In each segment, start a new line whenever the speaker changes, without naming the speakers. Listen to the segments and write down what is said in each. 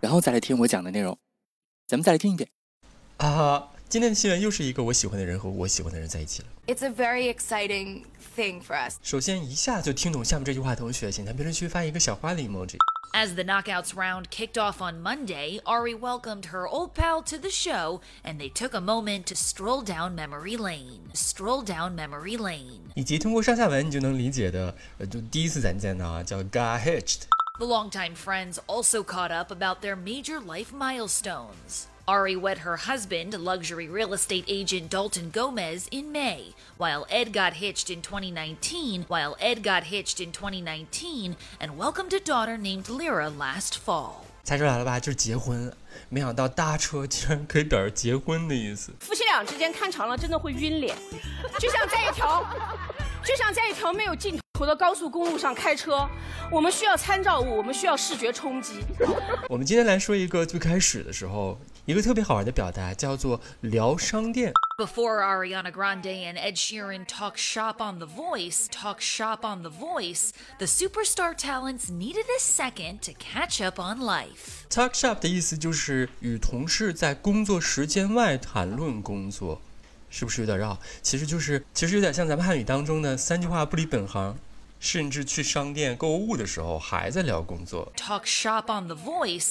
然后再来听我讲的内容。咱们再来听一遍。
啊，今天的新闻又是一个我喜欢的人和我喜欢的人在一起了。
It's a very exciting thing for us.
首先一下就听懂下面这句话的同学，请在评论区发一个小花的 emoji。
As the knockouts round kicked off on Monday, Ari welcomed her old pal to the show, and they took a moment to stroll down memory lane. Stroll down memory lane.
以及通过上下文你就能理解的，呃，就第一次咱见到啊，叫 got hitched。
The longtime friends also caught up about their major life milestones. Ari wed her husband, luxury real estate agent Dalton Gomez, in May, while Ed got hitched in 2019, while Ed got hitched in 2019, and welcomed a daughter named Lyra last fall.
猜出来了吧？就是结婚。没想到搭车竟然可以表示结婚的意思。
夫妻俩之间看长了真的会晕脸，就像在一条，就像在一条没有尽头的高速公路上开车，我们需要参照物，我们需要视觉冲击。
我们今天来说一个最开始的时候，一个特别好玩的表达，叫做聊商店。
Before Ariana Grande and Ed Sheeran talk shop on The Voice, talk shop on The Voice, the superstar talents needed a second to catch up on life.
Talk shop 的意思就是与同事在工作时间外谈论工作，是不是有点绕？其实就是，其实有点像咱们汉语当中的三句话不离本行，甚至去商店购物的时候还在聊工作。
Talk shop on The Voice,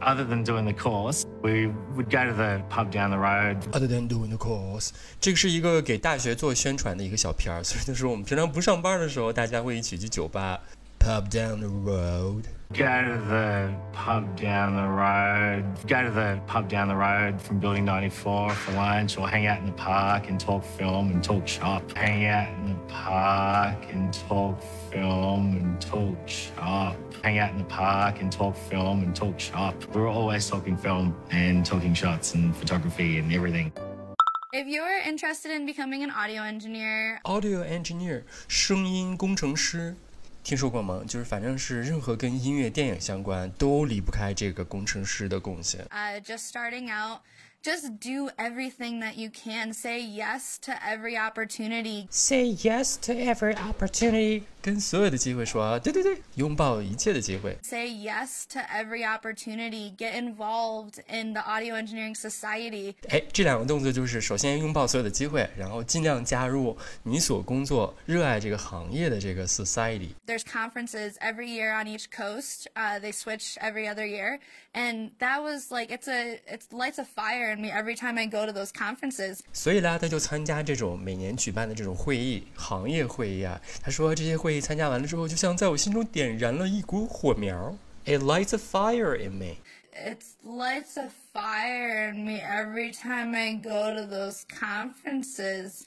other than doing the course, we would go to the pub down the road.
Other than doing the course，这个是一个给大学做宣传的一个小片儿，所以就是我们平常不上班的时候，大家会一起去酒吧，pub down the road。
Go to the pub down the road. Go to the pub down the road from Building 94 for lunch, or hang out in the park and talk film and talk shop. Hang out in the park and talk film and talk shop. Hang out in the park and talk film and talk shop. We were always talking film and talking shots and photography and everything.
If you're interested in becoming an audio engineer,
Audio engineer，声音工程师，听说过吗？就是反正是任何跟音乐、电影相关，都离不开这个工程师的贡献。
uh, just starting out, just do everything that you can. Say yes to every opportunity.
Say yes to every opportunity，跟所有的机会说啊，对对对，拥抱一切的机会。
Say yes to every opportunity. Get involved in the audio engineering society.
哎，这两个动作就是首先拥抱所有的机会，然后尽量加入你所工作、热爱这个行业的这个 society。
There's conferences every year on each coast. Uh, they switch every other year, and that was like it's a it lights a fire in me every time I go to those conferences.
所以啦，他就参加这种每年举办的这种会议，行业会议啊。他说这些会议参加完了之后，就像在我心中点燃了一股火苗。It lights a fire in me。
It lights a fire in me every time I go to those conferences.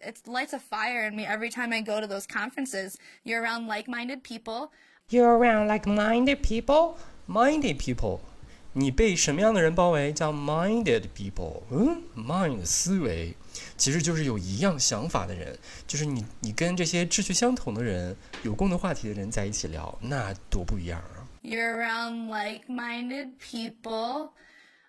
It lights a fire in me every time I go to those conferences. You're around like minded people.
You're around like minded people. Minded people，你被什么样的人包围？叫 minded people。嗯，mind 思维，其实就是有一样想法的人，就是你，你跟这些志趣相同的人、有共同话题的人在一起聊，那多不一样啊！
You're around like minded people.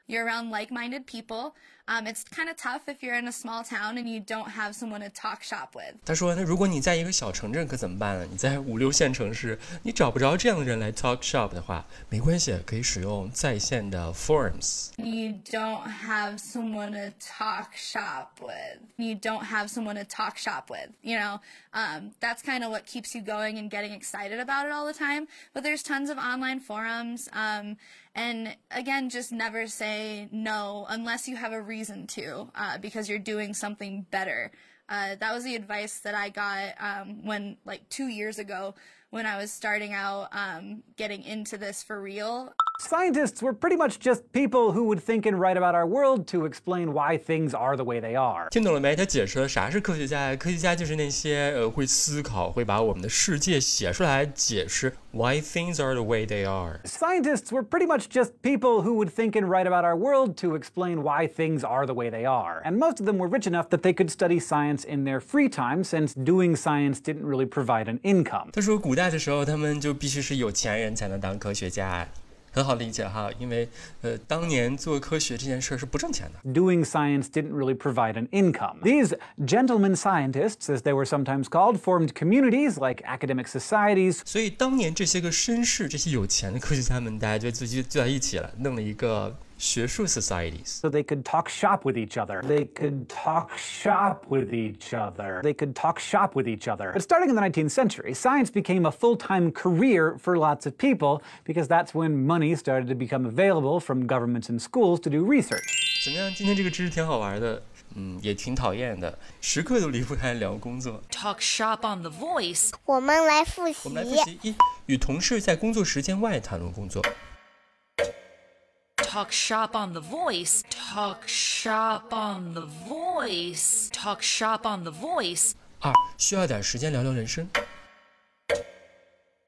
You're around like minded people. Um, it's kind of tough if you're in a small town and you don't have someone to talk shop with.
他说，那如果你在一个小城镇可怎么办呢？你在五六线城市，你找不着这样的人来 talk shop 的话，没关系，可以使用在线的 forums。
You don't have someone to talk shop with. You don't have someone to talk shop with. You know, um, that's kind of what keeps you going and getting excited about it all the time. But there's tons of online forums. Um, and again, just never say no unless you have a reason to, uh, because you're doing something better. Uh, that was the advice that I got um, when, like, two years ago when I was starting out um, getting into this for real.
Scientists were pretty much just people who would think and write about our world to explain why things are the way they are.
听懂了没？他解释了啥是科学家呀？科学家就是那些呃会思考，会把我们的世界写出来，解释 why things are the way they are。
Scientists were pretty much just people who would think and write about our world to explain why things are the way they are. And most of them were rich enough that they could study science in their free time, since doing science didn't really provide an income.
他说古代的时候，他们就必须是有钱人才能当科学家，很好理解哈，因为呃当年做科学这件事儿是不挣钱的。
Doing science didn't really provide an income. These gentlemen scientists, as they were sometimes called, formed communities like academic societies,
所以当年这些个绅士、这些有钱的科学家们，大家就就就就在一起了，弄了一个学术 societies。
so they could talk shop with each other. They could talk shop with each other. They could talk shop with each other. But starting in the 19th century, science became a full time career for lots of people because that's when money started to become available from governments and schools to do research.
怎么样？今天这个知识挺好玩的，嗯，也挺讨厌的，时刻都离不开聊工作。
Talk shop on The Voice
我们来复习
我们来复习一，与同事在工作时间外谈论工作。
Talk shop on the voice. Talk shop on the voice. Talk shop on the voice.
二，需要点时间聊聊人生。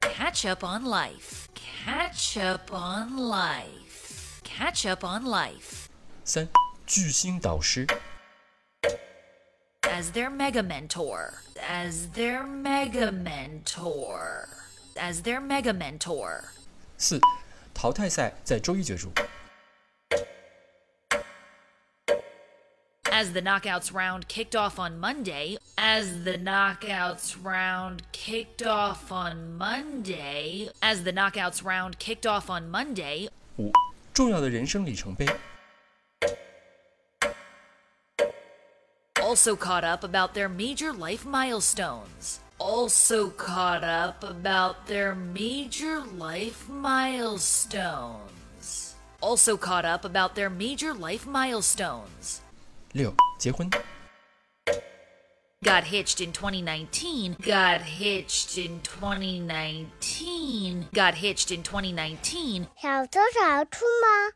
Catch up on life. Catch up on life. Catch up on life.
三，巨星导师。
As their mega mentor. As their mega mentor. As their mega mentor.
四，淘汰赛在周一角逐。
As the knockouts round kicked off on Monday, as the knockouts round kicked off on Monday, as the knockouts round kicked off on Monday,
五，重要的人生里程碑。
also caught up about their major life milestones. Also caught up about their major life milestones. Also caught up about their major life milestones.
六，结婚。
Got hitched in 2019. Got hitched in 2019. Got hitched in 2019.
小偷小兔吗？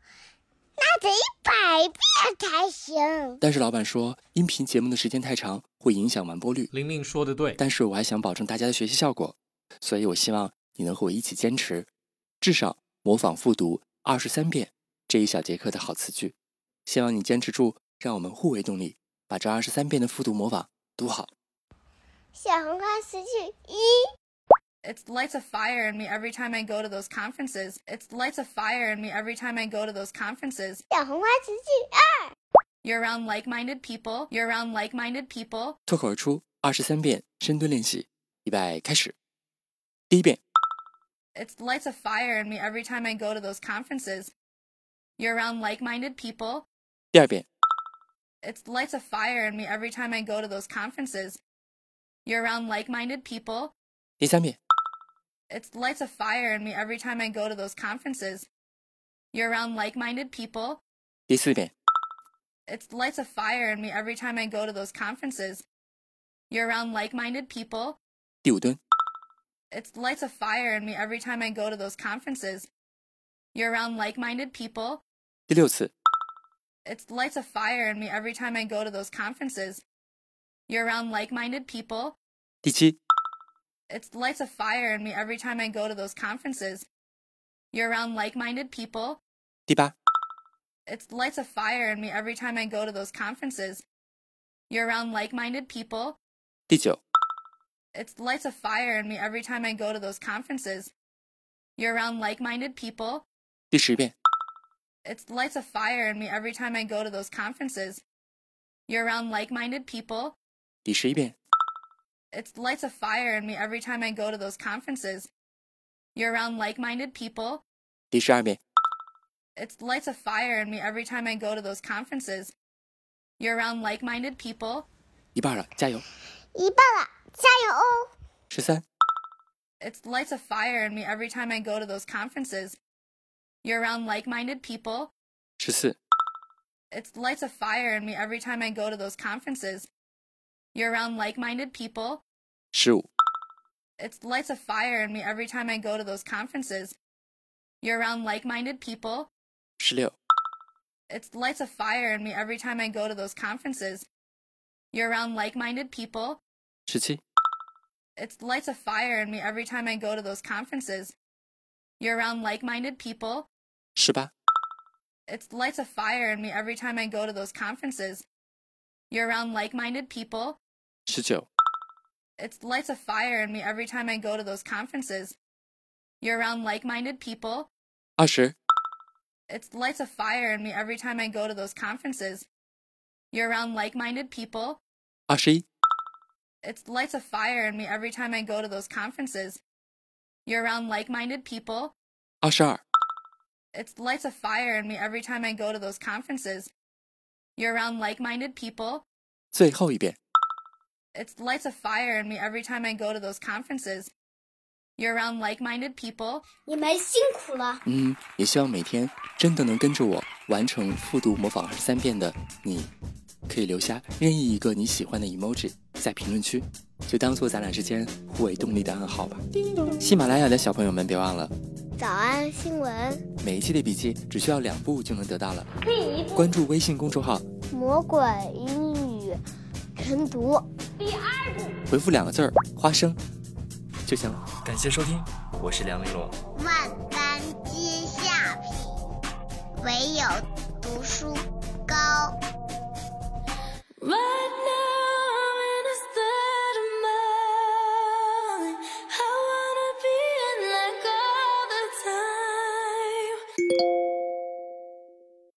那得一百遍才行。
但是老板说，音频节目的时间太长，会影响完播率。
玲玲说的对，
但是我还想保证大家的学习效果，所以我希望你能和我一起坚持，至少模仿复读二十三遍这一小节课的好词句。希望你坚持住，让我们互为动力，把这二十三遍的复读模仿读好。
小红花词句一，
It lights a fire in me every time I go to those conferences. It lights a fire in me every time I go to those conferences.
小红花词句二，
You're around like-minded people. You're around like-minded people.
脱口而出二十三遍深蹲练习，预备开始。第一遍，
It lights a fire in me every time I go to those conferences. You're around like-minded people.
第二遍，
It lights a fire in me every time I go to those conferences. You're around like-minded people.
第三遍，
It lights a fire in me every time I go to those conferences. You're around like-minded people.
第四遍，
It lights a fire in me every time I go to those conferences. You're around like-minded people.
第五蹲，
It lights a fire in me every time I go to those conferences. You're around like-minded people.
第六次，
It lights a fire in me every time I go to those conferences. You're around like-minded people.
第七，
It lights a fire in me every time I go to those conferences. You're around like-minded people.
第八，
It lights a fire in me every time I go to those conferences. You're around like-minded people.
第九，
It lights a fire in me every time I go to those conferences. You're around like-minded people.
第十遍，
It lights a fire in me every time I go to those conferences. You're around like-minded people.
第十一遍，
It lights a fire in me every time I go to those conferences. You're around like-minded people.
第十二遍，
It lights a fire in me every time I go to those conferences. You're around like-minded people.
一半了，加油！
一半了，加油哦！
十三、
It lights a fire in me every time I go to those conferences. You're around like-minded people.
十四、
It lights a fire in me every time I go to those conferences. You're around like-minded people.
十五、
It lights a fire in me every time I go to those conferences. You're around like minded people.
十六、
It lights a fire in me every time I go to those conferences. You're around like minded people.
十七、
It lights a fire in me every time I go to those conferences. You're around like minded people.
十八、
It lights a fire in me every time I go to those conferences. You're around like minded people.
十九、
It lights a fire in me every time I go to those conferences. You're around like minded people.
二十、
It lights a fire in me every time I go to those conferences. You're around like minded people.
二十一、
It lights a fire in me every time I go to those conferences. You're around like minded people.
二十二、
It lights a fire in me every time I go to those conferences. You're around like minded people.
最后一遍。
It lights a fire in me every time I go to those conferences. You're around like minded people.
你们辛苦了。
嗯，也希望每天真的能跟着我完成复读模仿二十三遍的你，可以留下任意一个你喜欢的 emoji 在评论区，就当做咱俩之间互为动力的暗号吧。喜马拉雅的小朋友们，别忘了
早安新闻，
每一期的笔记只需要两步就能得到了。关注微信公众号，
魔鬼英语晨读。
回复两个字儿“花生”就行了。
感谢收听，我是梁丽罗。
万般皆下品，唯有读书高。
Right.